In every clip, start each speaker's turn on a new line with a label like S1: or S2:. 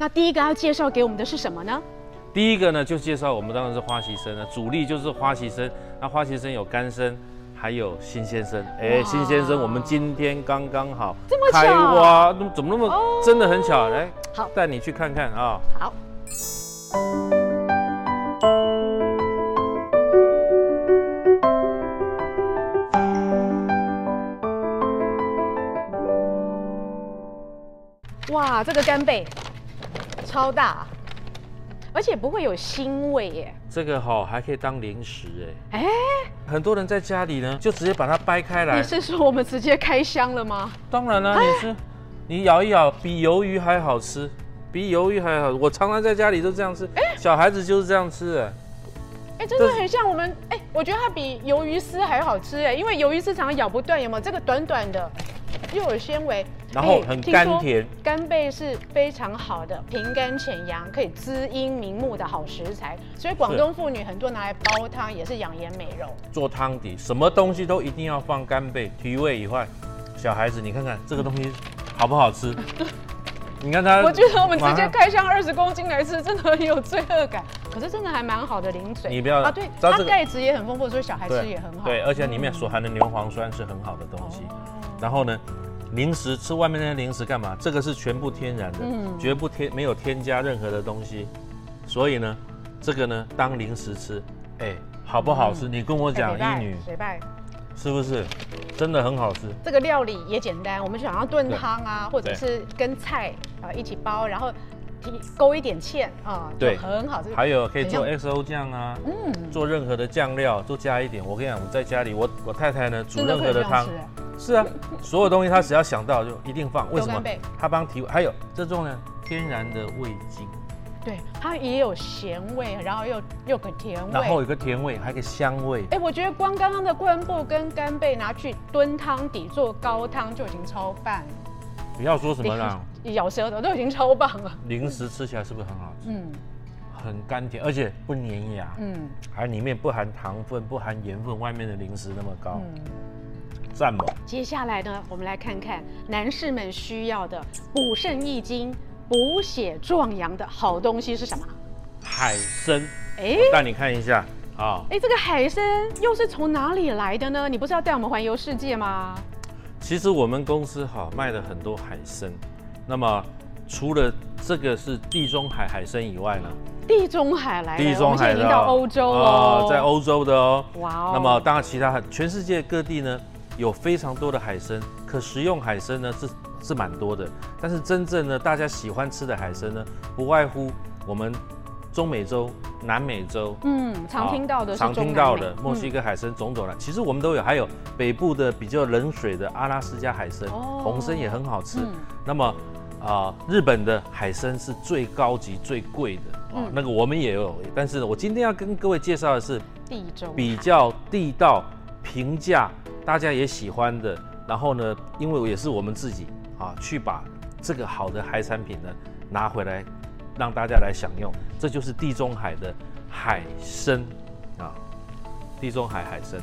S1: 那第一个要介绍给我们的是什么呢？
S2: 第一个呢，就介绍我们当然是花旗参了，主力就是花旗参。那花旗参有干参，还有新鲜参。哎，
S1: 哇
S2: 新鲜参，我们今天刚刚好
S1: 这么巧
S2: 开花，那么怎么那么、
S1: 哦
S2: 真的很巧？来，
S1: 好
S2: 带你去看看啊、
S1: 好，哇，这个干贝超大，啊而且不会有腥味耶。
S2: 这个好、还可以当零食哎。
S1: 哎、
S2: 很多人在家里呢，就直接把它掰开来
S1: 你。是啊说我们直接开箱了吗？
S2: 当然啦、你是你咬一咬，比鱿鱼还好吃，比鱿鱼还好。我常常在家里都这样吃，小孩子就是这样吃的。
S1: 哎、真的
S2: 这是
S1: 很像我们哎、我觉得它比鱿鱼丝还好吃哎，因为鱿鱼丝常常咬不断，有没有？这个短短的，又有纤维，
S2: 然后
S1: 哎
S2: 很
S1: 听
S2: 甘
S1: 说
S2: 甜
S1: 干贝是非常好的平肝潜阳、可以滋阴明目的好食材，所以广
S2: 是
S1: 东妇女很多拿来煲汤也是养颜美容。
S2: 做汤底，什么东西都一定要放干贝，提味以外，小孩子你看看这个东西好不好 吃？你看它，
S1: 我觉得我们直
S2: 马
S1: 接
S2: 上。
S1: 开箱二十公斤来吃，真的很有罪恶感，可是真的还蛮好的零嘴。
S2: 你不要
S1: 啊，对，
S2: 知道
S1: 它
S2: 这个
S1: 钙质也很丰富，所以小孩吃也很好。哎哦
S2: 对，而且里面所含的牛磺酸是很好的东西。然后呢，零食吃外面那些零食干嘛？这个是全部天然的，
S1: 嗯
S2: 绝不添没有添加任何的东西。所以呢，这个呢当零食吃，哎，好不好吃？你跟我
S1: 哎
S2: 讲，
S1: 北拜
S2: 一女
S1: 北拜
S2: 是不是真的很好吃？
S1: 这个料理也简单，我们想要炖
S2: 对
S1: 汤啊，或者
S2: 对
S1: 是跟菜啊、呃一起煲，然后提勾一点芡啊，就
S2: 对
S1: 很好吃。
S2: 还有可以做
S1: 怎
S2: XO 酱啊，
S1: 嗯
S2: 做任何的酱料都加一点。我跟你讲，我在家里，我我太太呢煮
S1: 真的
S2: 任
S1: 会有
S2: 何
S1: 这
S2: 的
S1: 样
S2: 汤
S1: 吃，，
S2: 是啊，所有东西她只要想到就一定放。为什
S1: 豆干
S2: 么
S1: 贝？
S2: 她帮提味，还有这种呢天然的味精，
S1: 对，它也有咸味，然后又又有甜
S2: 然后
S1: 味。
S2: 有个甜味，还有个香味。
S1: 哎，我觉得光刚刚的灌布跟干贝拿去炖汤底做高汤就已经超棒，
S2: 不要说什么啦，
S1: 咬舌头都已经超棒了。
S2: 零食吃起来是不是很好吃？
S1: 嗯
S2: 很甘甜，而且不粘牙，
S1: 嗯
S2: 还里面不含糖分，不含盐分，外面的零食那么高，
S1: 嗯。
S2: 赞吧！
S1: 接下来呢，我们来看看男士们需要的补肾益精、补血壮阳的好东西是什么？
S2: 海参，
S1: 哎、
S2: 带你看一下啊。
S1: 哎，这个海参又是从哪里来的呢？你不是要带我们环游世界吗？
S2: 其实我们公司哈卖了很多海参，那么除了这个是地中海海参以外呢，
S1: 地中海来的，
S2: 地中海
S1: 我们现在已
S2: 的
S1: 经到欧洲
S2: 啊
S1: 哦，
S2: 在，欧洲的哦。
S1: 哇哦，
S2: 那么当然，其他全世界各地呢有非常多的海参，可食用海参呢是是蛮多的，但是真正呢大家喜欢吃的海参呢，不外乎我们中美洲、南美洲。
S1: 嗯，常听到的是
S2: 哦常
S1: 中
S2: 听
S1: 南
S2: 到
S1: 美嗯
S2: 的墨西哥海参种种的，其实我们都有，还有北部的比较冷水的阿拉斯加海参
S1: 哦，
S2: 红参也很好吃。
S1: 嗯
S2: 那么啊、日本的海参是最高级、最贵的哦，
S1: 嗯
S2: 那个我们也有，但是呢我今天要跟各位介绍的是
S1: 嗯地中
S2: 比较地道、平价，大家也喜欢的。然后呢，因为也是我们自己啊，去把这个好的海产品呢拿回来，让大家来享用，这就是地中海的海参啊，地中海海参。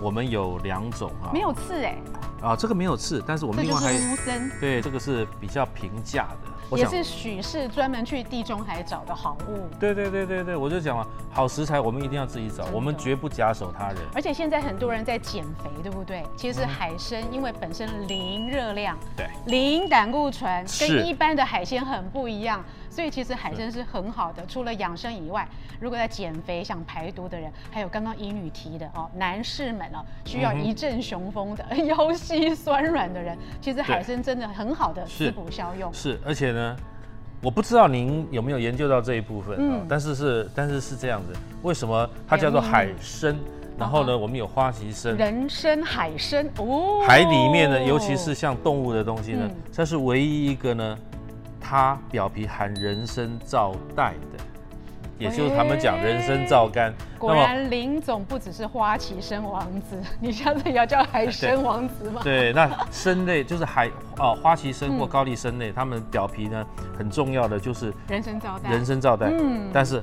S2: 我们有两种啊，
S1: 没有刺哎、
S2: 啊，这个没有刺，但是我们
S1: 这
S2: 另
S1: 就
S2: 外
S1: 是
S2: 还有
S1: 乌参，
S2: 对，这个是比较平价的，我
S1: 也
S2: 想。
S1: 是许氏专门去地中海找的好物。
S2: 对对对对对，我就讲了，好食材我们一定要自己找，
S1: 真的
S2: 我们绝不假手他人。
S1: 而且现在很多人在减肥，对不对？其实海参因为本身零热量、
S2: 嗯对，
S1: 零胆固醇，
S2: 是
S1: 跟一般的海鲜很不一样，所以其实海参是很好的。除了养生以外，如果在减肥想排毒的人，还有刚刚乙女提的哦，男士们哦，需要
S2: 嗯哼
S1: 一阵雄风的、 腰膝酸软的人，其实海参真的很好的
S2: 是
S1: 滋补效用。
S2: 是，而且呢，我不知道您有没有研究到这一部分啊、
S1: 嗯
S2: 但是是但是是这样子，为什么它叫做海参？然后呢，我们有花旗参，
S1: 哦人参、海参哦，
S2: 海里面呢，尤其是像动物的东西呢，
S1: 嗯
S2: 这是唯一一个呢，它表皮含人参皂带的，也就是他们讲人参皂苷。
S1: 果然，林总不只是花旗参王子，你下次也要叫海参王子吗？
S2: 对，那参类就是海啊、花旗参
S1: 嗯
S2: 或高丽参类，它们表皮呢很重要的就是
S1: 人参招待，
S2: 人参皂带，
S1: 嗯
S2: 但是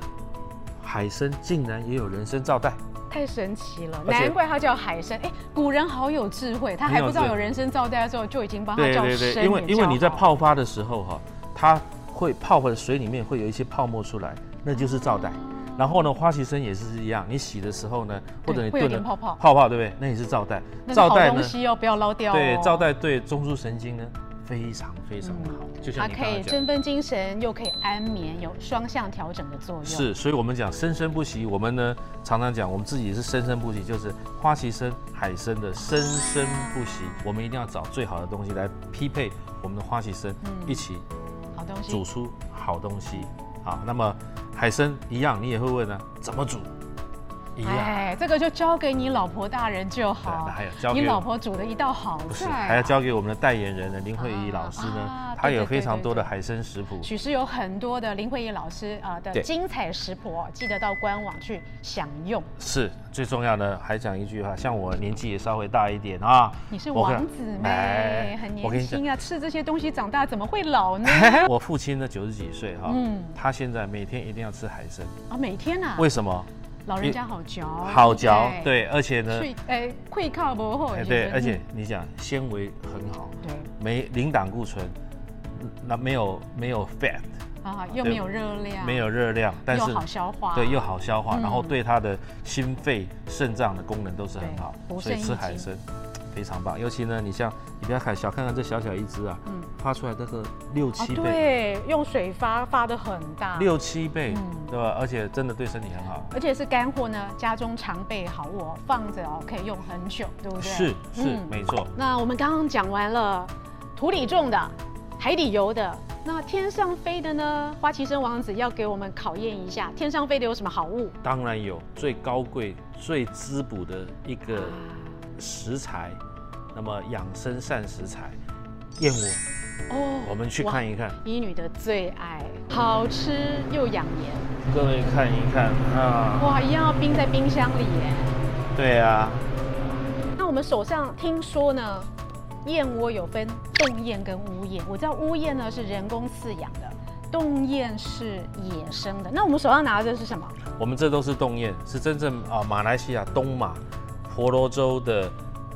S2: 海参竟然也有人参皂带，
S1: 太神奇了，
S2: 而且
S1: 难怪它叫海参。哎，古人好有智慧，他还不知道有人参招待的时候，就已经帮他叫参，
S2: 因为因为你
S1: 知
S2: 在
S1: 道吗，
S2: 泡发的时候哈、它会泡回水里面会有一些泡沫出来，那就是皂袋。然后呢，花旗参也是一样，你洗的时候呢，或
S1: 嗯
S2: 者
S1: 对
S2: 你
S1: 会有
S2: 炖
S1: 点
S2: 的
S1: 泡泡
S2: 泡泡，对不对？那也是皂袋。
S1: 那是
S2: 皂
S1: 好
S2: 袋呢
S1: 东，西哦，不要捞掉哦。
S2: 对皂袋对中枢神经呢非常非常的好。
S3: 就
S1: 它
S3: 像你刚
S1: 可
S3: 刚
S1: 以
S3: 讲
S1: 振
S3: 的，
S1: 奋精神，又可以安眠，有双向调整的作用。，
S2: 是，所以我们讲生生不息，我们呢常常讲我们自己是生生不息，就是花旗参、海参的生生不息。我们一定要找最好的东西来匹配我们的花旗参，
S1: 嗯
S2: 一起
S1: 好东西。
S2: 煮出好东西。好，那么海参一样，你也会问啊，怎么煮？一样，
S1: 哎，这个就交给你老婆大人就
S2: 啊对
S1: 好
S2: 那还有交。给
S1: 你老婆煮的一道好
S2: 不是，
S1: 菜啊，
S2: 还要交给我们的代言人呢林慧仪老师
S1: 啊
S2: 呢
S1: 啊，
S2: 她
S1: 对
S2: 有
S1: 对
S2: 非
S1: 对
S2: 常
S1: 对
S2: 多的
S1: 对
S2: 海参食谱。
S1: 许是有很多的林慧仪老师啊、呃的
S2: 对
S1: 精彩食谱哦，记得到官网去享用。
S2: 是最重要的，还讲一句哈，像我年纪也稍微大一点啊，
S1: 你是
S2: 我跟
S1: 王子妹
S2: 哎，
S1: 很年
S2: 我跟你讲
S1: 轻啊，吃这些东西长大怎么会老 呢？
S2: 我父亲呢九十几岁哈，
S1: 嗯
S2: 他现在每天一定要吃海参，
S1: 啊，每天啊，
S2: 为什么？
S1: 老人家好嚼，
S2: 好嚼，
S1: 对
S2: 对，而且
S1: 不
S2: 呢
S1: 对，，脆哎，溃靠不后，
S2: 哎
S1: 是不
S2: 对，
S1: 是
S2: 而且你讲纤维很好，
S1: 嗯对
S2: 没零胆固醇，那没有没有 fat，
S1: 啊，又
S2: 对
S1: 没有热量，
S2: 没有热量，但
S1: 又
S2: 是
S1: 好消化，
S2: 对又好消化，
S1: 嗯
S2: 然后对他的心肺、肾脏的功能都是很好
S1: 对，补
S2: 所以
S1: 肾益
S2: 吃海
S1: 精
S2: 参非常棒。尤其呢，你像你不要看小看看这小小一只啊，
S1: 嗯
S2: 发出来这个六
S1: 啊
S2: 七倍，
S1: 对，用水发发的很大，
S2: 六七倍
S1: 嗯，
S2: 对吧？而且真的对身体很好。
S1: 而且是干货呢，家中常备好物哦，放着哦可以用很久，对不对？
S2: 是是
S1: 嗯，
S2: 没错。
S1: 那我们刚刚讲完了土里种的、海底游的，那天上飞的呢？花旗参王子要给我们考验一下，天上飞的有什么好物？
S2: 当然有最高贵、最滋补的一个食材，那么养生膳食材，燕窝，
S1: 哦
S2: 我们去看一看。
S1: 医女的最爱，好吃又养颜，
S2: 各位看一看啊，
S1: 哇，一样要冰在冰箱里耶。
S2: 对啊，
S1: 那我们手上听说呢，燕窝有分洞燕跟屋燕，我知道屋燕呢是人工饲养的。洞燕是野生的，那我们手上拿的是什么？
S2: 我们这都是洞燕，是真正啊马来西亚东马婆罗洲的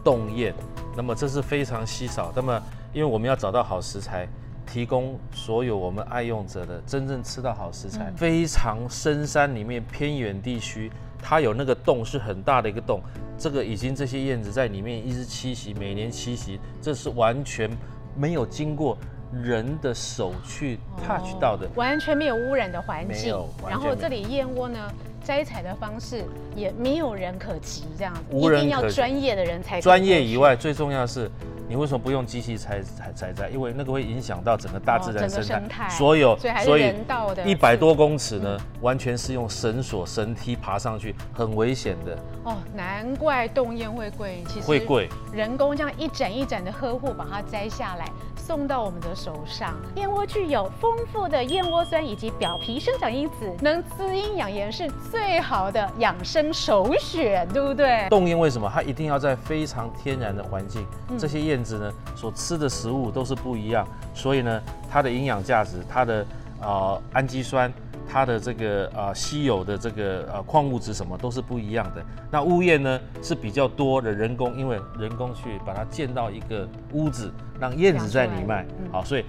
S2: 洞燕。那么这是非常稀少。那么因为我们要找到好食材，提供所有我们爱用者的真正吃到好食材，非常深山里面偏远地区，它有那个洞是很大的一个洞，这个已经这些燕子在里面一直栖息，每年栖息，这是完全没有经过人的手去 touch 到的。
S1: 完全没有污染的环
S2: 没
S1: 境
S2: 有完全没有，
S1: 然后这里燕窝呢摘采的方式也没有人可及，这样子
S2: 无人
S1: 一定
S2: 可
S1: 要
S2: 及
S1: 专业的人才可以
S2: 专业以
S1: 过去
S2: 外，最重要的是，你为什么不用机器采采采摘？因为那个会影响到整个大自
S1: 哦
S2: 然
S1: 整个
S2: 生态，
S1: 生态
S2: 所有
S1: 所以还是人道的嗯
S2: 一百多公尺呢，完全是用绳索、绳梯爬上去，很危险的。
S1: 哦，难怪冻燕会贵，其实
S2: 会贵，
S1: 人工这样一盏一盏的呵护，把它摘下来送到我们的手上。燕窝具有丰富的燕窝酸以及表皮生长因子，能滋阴养颜是最好的养生首选，对不对？
S2: 冻燕为什么它一定要在非常天然的环境？这些燕子呢，所吃的食物都是不一样，所以呢，它的营养价值、它的呃氨基酸、它的这个呃稀有的这个呃矿物质什么都是不一样的。那屋燕呢是比较多的人工，因为人工去把它建到一个屋子，让燕子在里
S1: 养
S2: 面
S1: 出来嗯，
S2: 好，所以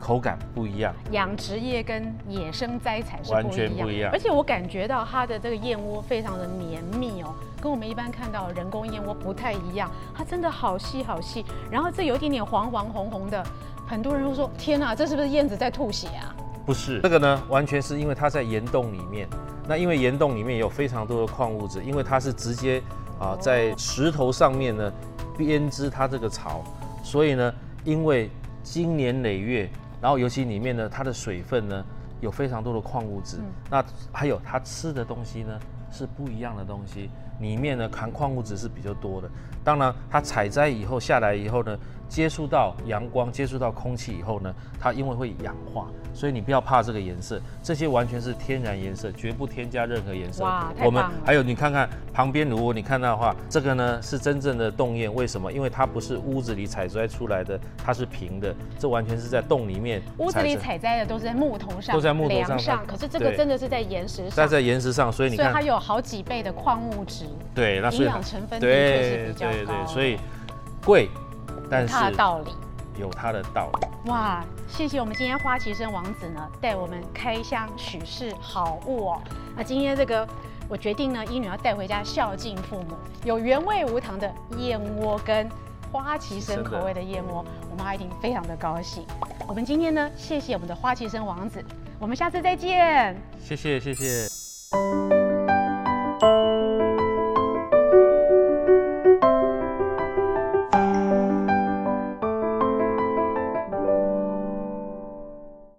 S2: 口感不一样。
S1: 养殖业跟野生摘采是不一样
S2: 完全不一样
S1: 而且我感觉到它的这个燕窝非常的绵密哦，跟我们一般看到的人工燕窝不太一样，它真的好细好细，然后这有一点点黄黄红红的，很多人都说天哪，这是不是燕子在吐血啊？
S2: 不是这个呢，完全是因为它在岩洞里面。那因为岩洞里面有非常多的矿物质，因为它是直接啊、
S1: 哦
S2: 在石头上面呢编织它这个巢，所以呢，因为经年累月，然后尤其里面呢它的水分呢有非常多的矿物
S1: 嗯
S2: 质，那还有它吃的东西呢是不一样的东西，里面呢含矿物质是比较多的。当然，它采摘以后下来以后呢，接触到阳光、接触到空气以后呢，它因为会氧化，所以你不要怕这个颜色，这些完全是天然颜色，绝不添加任何颜色。
S1: 哇太
S2: 我们
S1: 棒了
S2: 还有你看看旁边，如果你看到的话，这个呢是真正的洞燕，为什么？因为它不是屋子里采摘出来的，它是平的，这完全是在洞里面
S1: 屋子里
S2: 摘。
S1: 采摘的都是在木头上、
S2: 都在木头上
S1: 梁上，可是这个
S2: 对
S1: 真的是在岩石上，
S2: 但在岩石上，所以你
S1: 所以它
S2: 看，
S1: 有好几倍的矿物质，
S2: 对，那所
S1: 营
S2: 以它
S1: 养成分的确是
S2: 对
S1: 比较高，
S2: 对对，所以贵，但是
S1: 它的道理。
S2: 有它的道理。
S1: 哇，谢谢我们今天花旗参王子呢，带我们开箱许是好物哦。那今天这个。我决定呢，一女要带回家孝敬父母，有原味无糖的燕窝跟花旗参口味的燕窝，我妈一定非常的高兴。我们今天呢，谢谢我们的花旗参王子，我们下次再见。
S2: 谢谢谢谢。